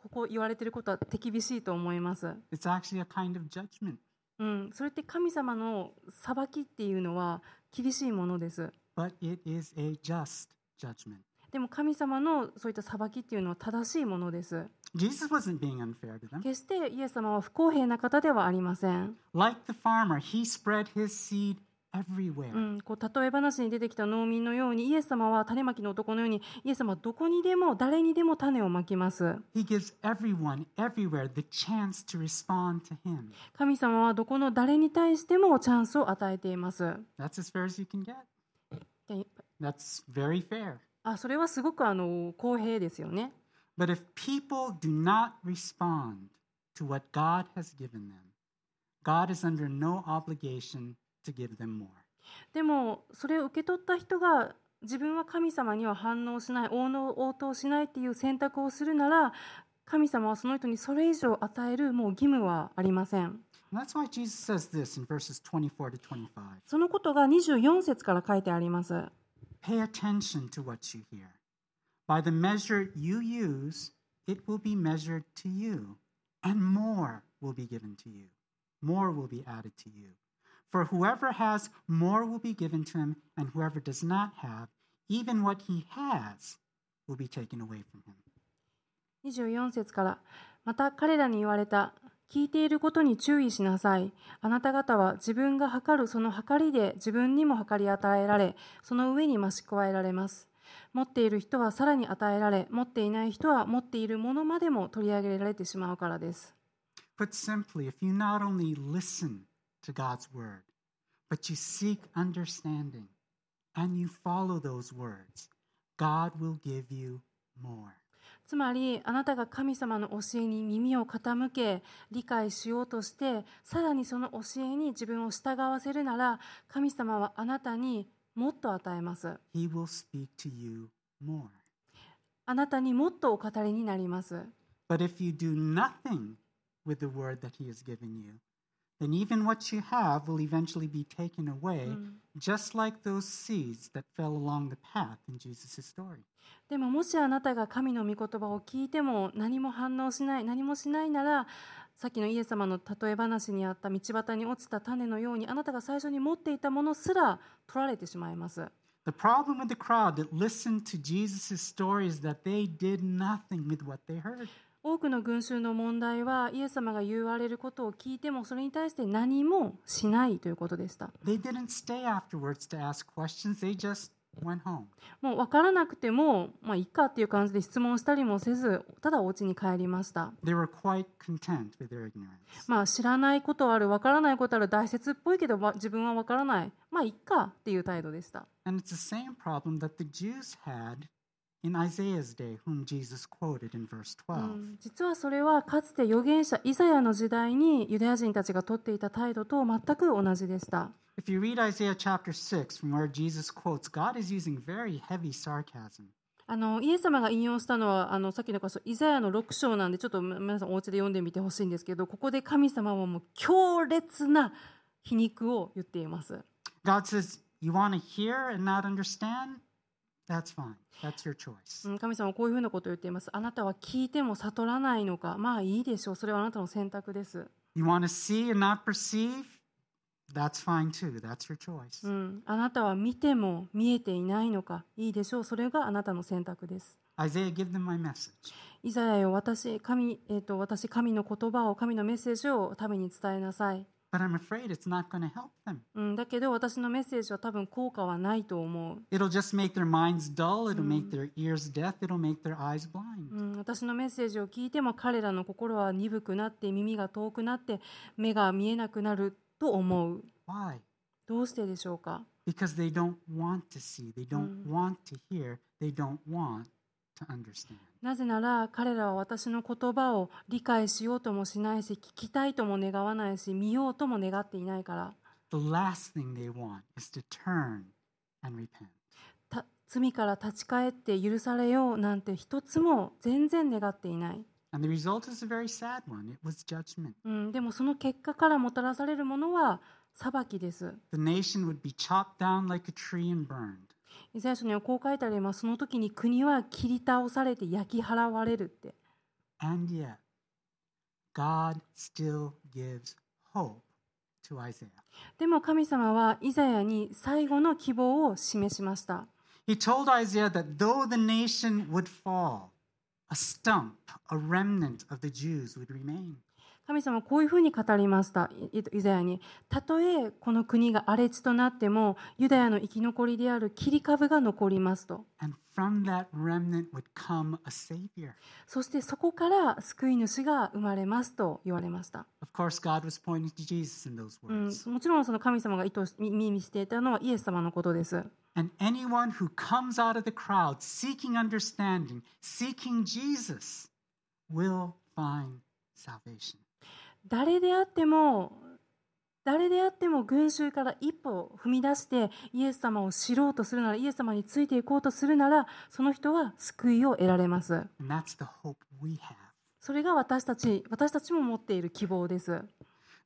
B: ここ言われてることは手厳しいと思います
A: It's actually a kind of judgment.
B: うん、それって神様の裁きっていうのは厳しいものです。
A: but it is a just judgment.
B: でも神様のそういった裁きっていうのは正しいものです。
A: Jesus wasn't being unfair to them.
B: 決してイエス様は不公平な方ではありません。
A: Like the farmer, he spread his seed
B: う
A: everywhere.
B: ん、こう例え話に出てきた農民のようにイエス様は種まきの男のようにイエス様はどこにでも誰にでも種をまきます。
A: He gives everyone everywhere the chance to respond to him.
B: 神様はどこの誰に対してもチャンスを与えています。
A: That's as fair as you can get.
B: で
A: That's very fair.
B: あそれはすごくあの公平ですよね。
A: But if people do not respond to what God has given them, God is under no obligation to give them more.
B: でもそれを受け取った人が自分は神様には反応しない応能応答しないっていう選択をするなら神様はその人にそれ以上与えるもう義務はありません
A: And that's why Jesus says this in verses 24 to 25.
B: そのことが24節から書いてあります、
A: Pay attention to what you hear. By the measure you use, it will be measured to you, and more will be given to you. More will be added to you. For whoever has, more will be given to him, and whoever does not have, even what he has will be taken away from him.
B: 24節からまた彼らに言われた聞いていることに注意しなさいあなた方は自分が測るその測りで自分にも測り与えられその上に増し加えられます持っている人はさらに与えられ持っていない人は持っているものまでも取り上げられてしまうからです
A: Put simply, if you not only listen to God's word, but you seek understanding and you follow those words, God will give you more.
B: つまりあなたが神様の教えに耳を傾け理解しようとしてさらにその教えに自分を従わせるなら神様はあなたにもっと与えます
A: He will speak to you more.
B: あなたにもっとお語りになります。
A: But if you do nothing with the word that He has given you, then even what you have will eventually be taken away,
B: Mm.
A: just like those seeds that fell along the path in Jesus' story.
B: でももしあなたが神の御言葉を聞いても何も反応しない何もしないならさっきのイエス様の例え話にあった道端に落ちた種のようにあなたが最初に持っていたものすら取られてしまいます。
A: The problem with the crowd that listened to Jesus' story is that they did nothing with what they heard.
B: 多くの群衆の問題はイエス様が言われることを聞いてもそれに対して何もしないということでした。
A: They didn't stay afterwards to ask questions, they just went home.
B: もう分からなくても、まあ、いいかっていう感じで質問したりもせず、ただお家に帰りました。
A: They were quite content with their ignorance.
B: まあ、知らないことある、分からないことある、大説っぽいけど、わ自分は分からない。まあ、いっかっていう態度でした。
A: And it's the same problem that the Jews had in Isaiah's day, whom Jesus quoted in verse 12.
B: うん実はそれはかつて預言者イザヤの時代にユダヤ人たちがとっていた態度と全く同じでした。
A: If you read Isaiah chapter 6, from where Jesus quotes, God is using very heavy sarcasm.
B: あのイエス様が引用したのはあのさっきの箇所イザヤの6章なんでちょっと皆さんお家で読んでみてほしいんですけどここで神様はもう強烈な皮肉を言っています。
A: God says, You want to hear and not understand? That's fine. That's your choice.
B: うん神様はこういうふうなことを言っています。あなたは聞いても悟らないのか。まあいいでしょう。それはあなたの選択です。
A: You want to see and not perceive? That's fine too. That's your choice.
B: うん、あなたは見ても見えていないのか。いいでしょう。それがあなたの選択です。
A: Isaiah, give them my message.
B: イザヤよ私神、えー、と私神の言葉を神のメッセージを民に伝えなさい、
A: But I'm afraid it's not going to help them.
B: うん、だけど私のメッセージは多分効果はないと思う、
A: It'll just make their minds dull. It'll make their ears deaf. It'll make their eyes blind.
B: うん、私のメッセージを聞いても彼らの心は鈍くなって耳が遠くなって目が見えなくなると思う
A: Why?
B: どうしてでしょうか
A: Because they don't want to see. They don't want to hear. They don't want to understand.
B: なぜなら彼らは私の言葉を理解しようともしないし聞きたいとも願わないし見ようとも願っていないから
A: The last thing they want is to turn and repent.
B: た罪から立ち返って許されようなんて一つも全然願っていない。
A: And the result is a very sad one. It was judgment.
B: うん、でもその結果からもたらされるものは裁きです。
A: The nation would be chopped down like a tree and burned.
B: イザヤ書にはこう書いてあります。その時に国は切り倒されて焼き払われるって。
A: And yet, God still gives hope to Isaiah.
B: でも神様はイザヤに最後の希望を示しました。
A: He told Isaiah that though the nation would fall, a stump, a remnant of the Jews would remain.
B: 神様はこういうふうに語りました。イイイザヤに。たとえこの国が荒れ地となっても、ユダヤの生き残りである切り株が残りますと。
A: And from that remnant would come a savior.
B: そしてそこから救い主が生まれますと言われました。
A: Of course, God was pointing to Jesus in those
B: うん
A: words.、
B: もちろんその神様が意図し耳していたのはイエス様のことです。
A: And anyone who comes out of the crowd seeking understanding, seeking Jesus, will find salvation.
B: 誰であっても誰であっても群衆から一歩踏み出してイエス様を知ろうとするならイエス様についていこうとするならその人は救いを得られます。
A: And that's the hope we have.
B: それが私たち私たちも持っている希望です。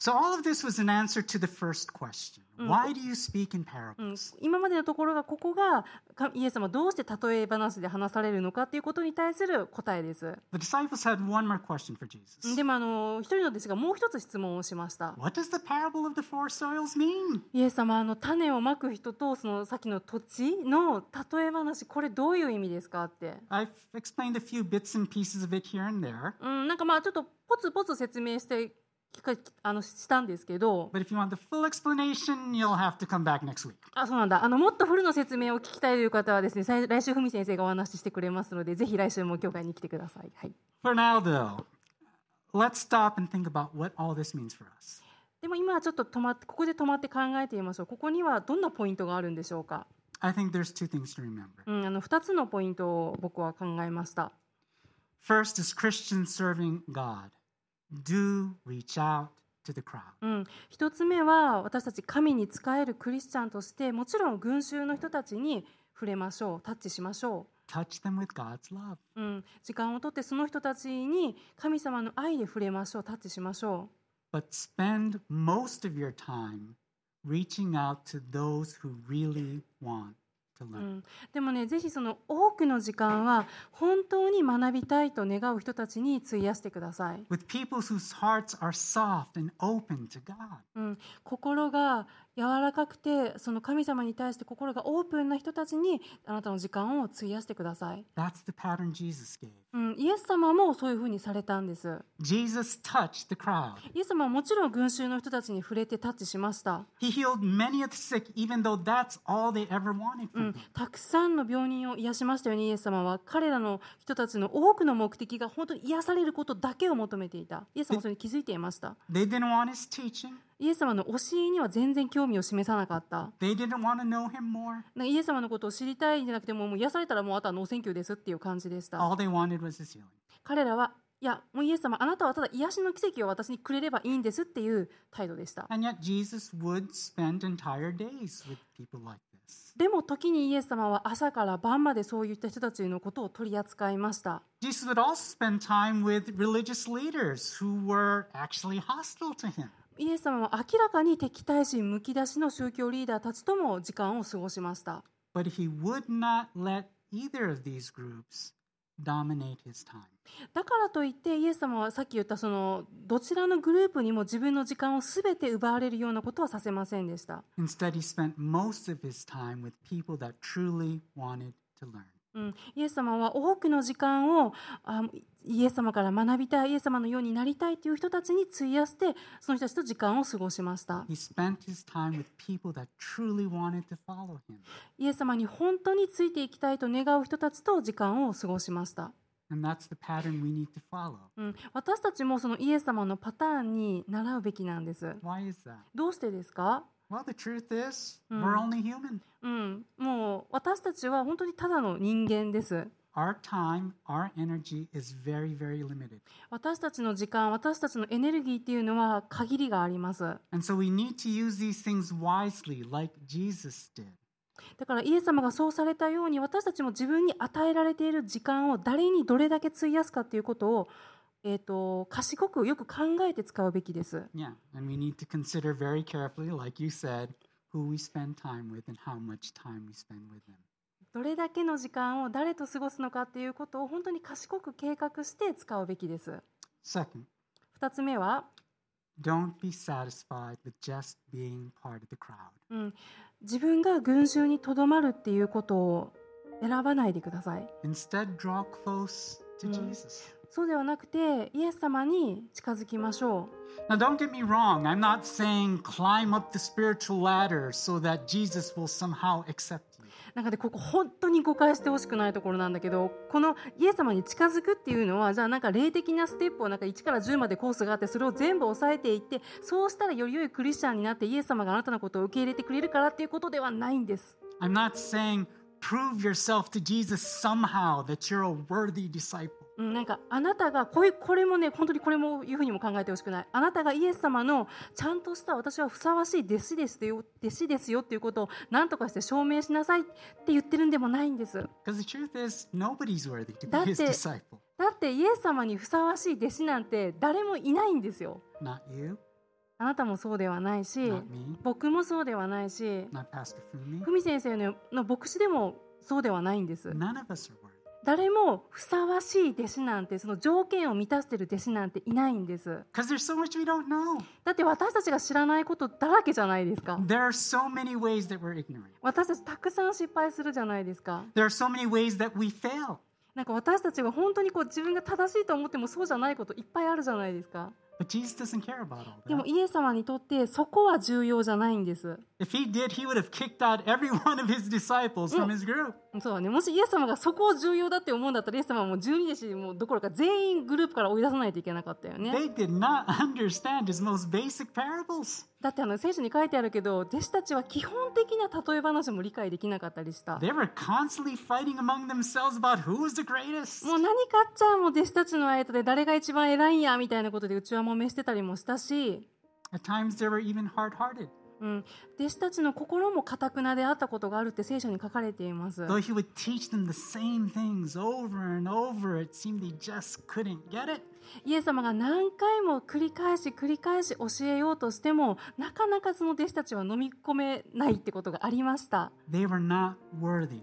A: So, all of this was an answer to the first question
B: Mm.
A: Why do you speak in
B: うん
A: parables?
B: 今までのところがここがかイエス様どうして例え話で話されるのかということに対する答えです。
A: The disciples had one more question for
B: うん
A: Jesus
B: でもあの一人の弟子がもう一つ質問をしました。
A: What does the parable of the four soils mean?
B: イエス様あの種をまく人とその先の土地の例え話これどういう意味ですかって、
A: I've explained a few bits and pieces of it here and there,
B: うん、なんかまあちょっとポツポツ説明して聞かあのしたんですけど
A: but if you want the full explanation, you'll have to come back next week.
B: あそうなんだあのもっとフルの説明を聞きたいという方はですねさい来週ふみ先生がお話ししてくれますのでぜひ来週も教会に来てください、はい、
A: For now, though, let's stop and think about what all this means for us.
B: でも今はちょっと止まってここで止まって考えてみましょうここにはどんなポイントがあるんでしょうか、
A: I think there's two things to remember.
B: うん、あの2つのポイントを僕は考えました。
A: First is Christians serving God. Do reach out to the crowd.
B: うん、一つ目は私たち神に仕えるクリスチャンとしてもちろん群衆の人たちに触れましょうタッチしましょ
A: Touch them with God's love.
B: う、うん、時間をとってその人たちに神様の愛で触れましょうタッチしましょ
A: But spend most of your time reaching out to those who really want to
B: う、う
A: learn.
B: ん、でもねぜひその多くの時間は本当に学びたいと願う人たちに費やしてください、
A: With people whose hearts are soft and open to God.
B: うん、心が柔らかくてその神様に対して心がオープンな人たちにあなたの時間を費やしてください、
A: That's the pattern Jesus gave.
B: うん、イエス様もそういうふうにされたんです
A: Jesus touched the crowd.
B: イエス様はもちろん群衆の人たちに触れてタッチしました、
A: He healed many of the sick, even though that's all they ever wanted
B: う
A: from
B: ん
A: him.、
B: たくさんの病人を癒しましたよねイエス様は彼らの人たちの多くの目的が本当に癒されることだけを求めていたイエス様はそれに気づいていました
A: They didn't want his teaching.
B: イエス様の教えには全然興味を示さなかった
A: They didn't want to know him more.
B: なんかイエス様のことを知りたいんじゃなくてもうもう癒されたらもうあとはノーセンキューですっていう感じでした。
A: All they wanted was his healing.
B: 彼らはいやもうイエス様あなたはただ癒しの奇跡を私にくれればいいんですっていう態度でした。
A: And yet, Jesus would spend entire days with people like this.
B: でも時にイエス様は朝から晩までそういった人たちのことを取り扱いました。
A: Jesus would also spend time with religious leaders who were actually hostile to him.
B: イエス様は明らかに敵対心むき出しの宗教リーダーたちとも時間を過ごしました。
A: But he would not let either of these groups dominate his time.
B: だからといってイエス様はさっき言ったそのどちらのグループにも自分の時間を全て奪われるようなことはさせませんでした。
A: Instead, he spent most of his time with people that truly wanted to learn.
B: うん、イエス様は多くの時間をあイエス様から学びたいイエス様のようになりたいという人たちに費やしてその人たちと時間を過ごしました
A: He spent his time with people that truly wanted to follow him.
B: イエス様に本当についていきたいと願う人たちと時間を過ごしました、
A: And that's the pattern we need to follow.
B: うん、私たちもそのイエス様のパターンに習うべきなんです
A: Why is that?
B: どうしてですか
A: Well, the truth is,
B: Hmm.
A: we're only human.
B: うん、もう私たちは本当にただの人間です
A: Our time, our energy is very, very limited.
B: 私たちの時間私たちのエネルギーっていうのは限りがあります
A: And so we need to use these things wisely, like Jesus did.
B: だからイエス様がそうされたように私たちも自分に与えられている時間を誰にどれだけ費やすかということを、えー、と賢くよく考えて使うべきです。
A: Yeah, and we need to consider very carefully, like you said, who we spend time with and how much time we spend with them.
B: どれだけの時間を誰と過ごすのかっていうことを本当に賢く計画して使うべきです。
A: Second,
B: 2つ目は、
A: don't be satisfied with just being part of the crowd.
B: うん、自分が群衆にとどまるっていうことを選ばないでください。
A: Instead, draw close to
B: Mm.
A: Jesus.
B: そうではなくてイエス様に近づきましょう。
A: Now, don't get me wrong. I'm not saying climb up the spiritual ladder so that Jesus will somehow accept you.
B: なんかでここ本当に誤解してほしくないところなんだけどこのイエス様に近づくっていうのはじゃあなんか霊的なステップをなんか1から10までコースがあってそれを全部抑えていってそうしたらより良いクリスチャンになってイエス様があなたのことを受け入れてくれるからっていうことではないんです。
A: I'm not saying prove yourself to Jesus somehow that you're a worthy disciple.
B: うんなんかあなたがこういうこれもね本当にこれもいうふうにも考えてほしくないあなたがイエス様のちゃんとした私はふさわしい弟子ですよ弟子ですよっていうことを何とかして証明しなさいって言ってるんでもないんです。
A: Because the truth is, nobody's worthy to be
B: That
A: his
B: it-
A: disciple.
B: だってイエス様にふさわしい弟子なんて誰もいないんですよ
A: Not you,
B: あなたもそうではないし
A: not me,
B: 僕もそうではないし
A: not Pastor Fumi.
B: ふみ先生のの牧師でもそうではないんです
A: None of us are worthy.
B: 誰もふさわしい弟子なんてその条件を満たしてる弟子なんていないんです
A: Because there's so much we don't know.
B: だって私たちが知らないことだらけじゃないですか
A: There are so many ways that we're ignorant.
B: 私たちたくさん失敗するじゃないですか
A: There are so many ways that we fail.
B: なんか私たちが本当にこう自分が正しいと思ってもそうじゃないこといっぱいあるじゃないですか
A: But Jesus doesn't care about all
B: で
A: that.
B: もイエス様にとってそこは重要じゃないんです
A: If he did, he would have kicked out every one of his disciples from
B: Mm.
A: his group.
B: そうだね、もしイエス様がそこを重要だって思うんだったらイエス様はもう12弟子もうどころか全員グループから追い出さないといけなかったよね
A: They did not understand his most basic parables.
B: だってあの聖書に書いてあるけど弟子たちは基本的な例え話も理解できなかったりしたも
A: They were constantly fighting among themselves about who was the greatest.
B: う何かっちゃもう弟子たちの間で誰が一番偉いんやみたいなことでうちはもめしてたりもしたし、
A: At times, they were even hard hearted.
B: うん、弟子たちの心もかたくなであったことがあるって聖書に書かれています
A: Though he would teach them the same things over and over, it seemed they just couldn't get it.
B: イエス様が何回も繰り返し繰り返し教えようとしてもなかなかその弟子たちは飲み込めないってことがありました。
A: They were not worthy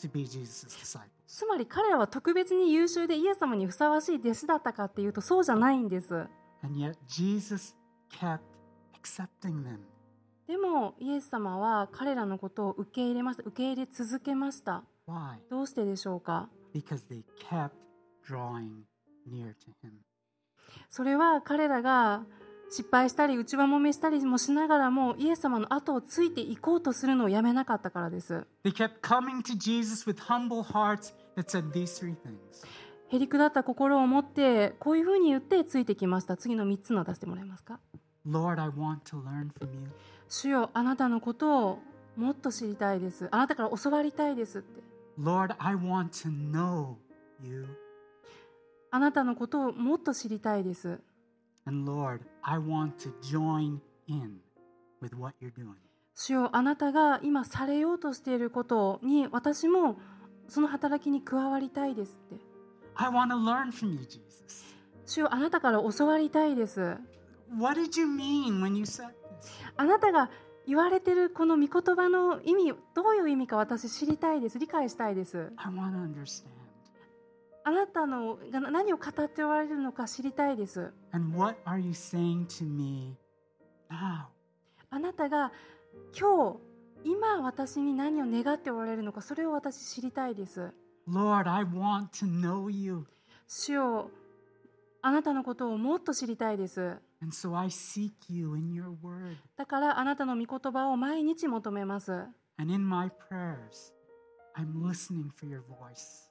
A: to be Jesus' disciples.
B: つまり彼らは特別に優秀でイエス様にふさわしい弟子だったかっていうとそうじゃないんです
A: And yet, Jesus kept accepting them.
B: でもイエス様は彼らのことを受け入れました受け入れ続けました
A: Why?
B: どうしてでしょうか
A: Because they kept drawing near to him.
B: それは彼らが失敗したり内輪もめしたりもしながらもイエス様の後をついていこうとするのをやめなかったからです
A: They kept coming to Jesus with humble hearts that said these three things
B: へりくだった心を持ってこういうふうに言ってついてきました次の3つの出してもらえますか
A: Lord, I want to learn from you.
B: 主よあなたのことをもっと知りたいですあなたから教わりたいですって
A: Lord, I want to know you.
B: あなたのことをもっと知りたいです
A: And Lord, I want to join in with what you're doing.
B: 主よあなたが今されようとしていることに私もその働きに加わりたいですって
A: I want to learn from you, Jesus.
B: 主よあなたから教わりたいです
A: What did you mean when you said this?
B: あなたが言われてるこの御言葉の意味どういう意味か私知りたいです理解したいです
A: I want to understand.
B: あなたのが何を語っておられるのか知りたいです
A: And what are you saying to me now?
B: あなたが今日今私に何を願っておられるのかそれを私知りたいです
A: Lord, I want to know you.
B: 主よあなたのことをもっと知りたいです
A: And so I seek you in your word
B: だからあなたの御言葉を毎日求めます
A: and in my prayers. I'm listening for your voice.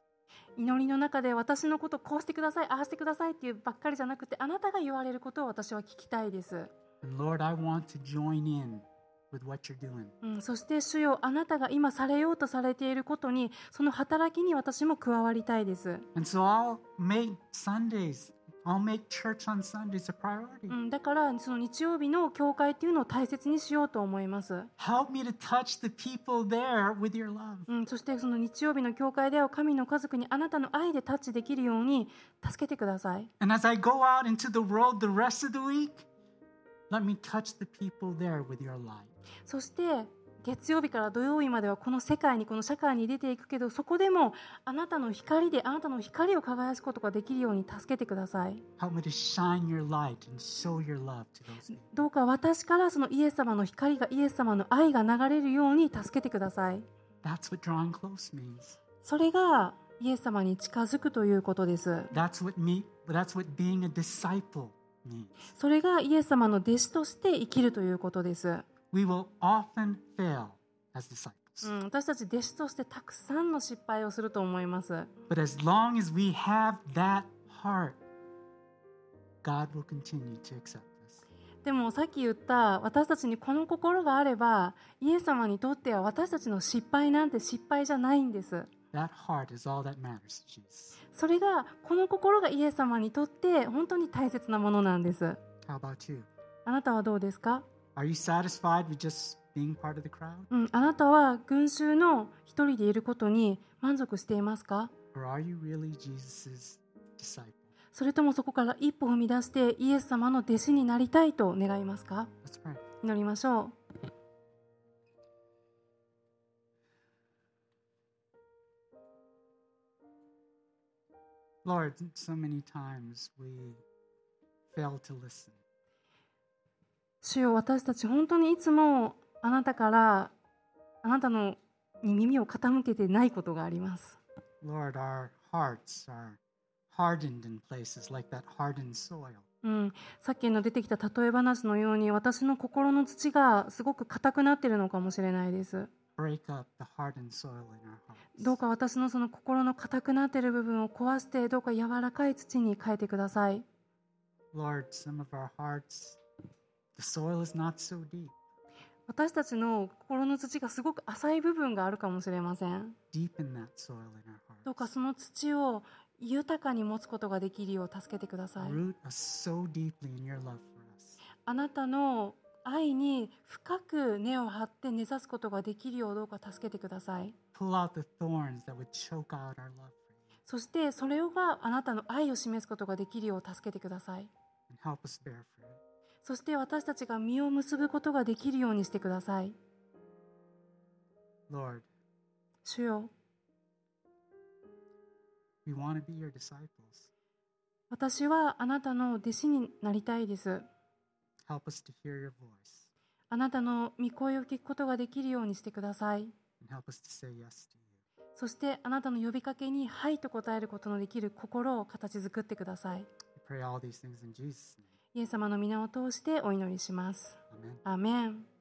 B: 祈りの中で私のことこうしてくださいああしてくださいっていうばっかりじゃなくてあなたが言われることを私は聞きたいです、
A: And Lord, I want to join in with what you're doing.
B: うん、そして主よあなたが今されようとされていることにその働きに私も加わりたいです
A: And so I'll make Sundays, I'll make church on Sundays a priority.
B: うん、だからその日曜日の教会っていうのを大切にしようと思います、
A: Help me to touch the people there with your love.
B: うん、そしてその日曜日の教会では神の家族にあなたの愛でタッチできるように助けてください
A: And as I go out into the world the rest of the week, let me touch the people there with your light.
B: そして月曜日から土曜日まではこの世界にこの社会に出ていくけどそこでもあなたの光であなたの光を輝かすことができるように助けてください
A: Help me to shine your light and show your love to those people.
B: どうか私からそのイエス様の光がイエス様の愛が流れるように助けてください
A: That's what drawing close means.
B: それがイエス様に近づくということです
A: That's what me that's what being a disciple means.
B: それがイエス様の弟子として生きるということです、
A: We will often fail as disciples.
B: うん、私たち弟子としてたくさんの失敗をすると思います
A: But as long as we have that heart, God will continue to accept us.
B: でもさっき言った私たちにこの心があればイエス様にとっては私たちの失敗なんて失敗じゃないんです
A: That heart is all that matters to Jesus.
B: それがこの心がイエス様にとって本当に大切なものなんです
A: How about you?
B: あなたはどうですか、
A: Are you satisfied with just being part of the crowd?
B: うん、あなたは群衆の一人でいることに満足していますか
A: Or are you really Jesus' disciple?
B: それともそこから一歩踏み出してイエス様の弟子になりたいと願いますか
A: Let's pray.
B: 祈りましょう
A: Lord, so many times we fail to listen.
B: 主よ私たち本当にいつもあなたからあなたのに耳を傾けてないことがあります
A: Lord, our hearts are hardened in places like that hardened soil.
B: うん、さっきの出てきた例え話のように私の心の土がすごく硬くなってるのかもしれないです。
A: Break up the hardened soil in our
B: どう
A: hearts.
B: か私のその心の硬くなってる部分を壊してどうか柔らかい土に変えてください。
A: Lord, some of our hearts, the soil is not so deep.
B: 私たちの心の土がすごく浅い部分があるかもしれません。
A: Deepen that soil in our
B: どうか
A: hearts.
B: その土を豊かに持つことができるよう助けてください。
A: Root us so deeply in your love for us.
B: あなたの愛に深く根を張って根ざすことができるようどうか助けてください。
A: Pull out the thorns that would choke out our love for you
B: そしてそれがあなたの愛を示すことができるよう助けてください。
A: and help us bear fruit.
B: そして私たちが実を結ぶことができるようにしてください。
A: Lord,
B: 主よ、
A: we want to be your disciples.
B: 私はあなたの弟子になりたいです。
A: Help us to hear your voice.
B: ああなたの御声を聞くことができるようにしてください
A: and help us to say yes to you.
B: そしてあなたの呼びかけに「はい」と答えることのできる心を形作ってください
A: We pray all these things in Jesus' name.
B: イエス様の皆を通してお祈りします
A: Amen.
B: アーメン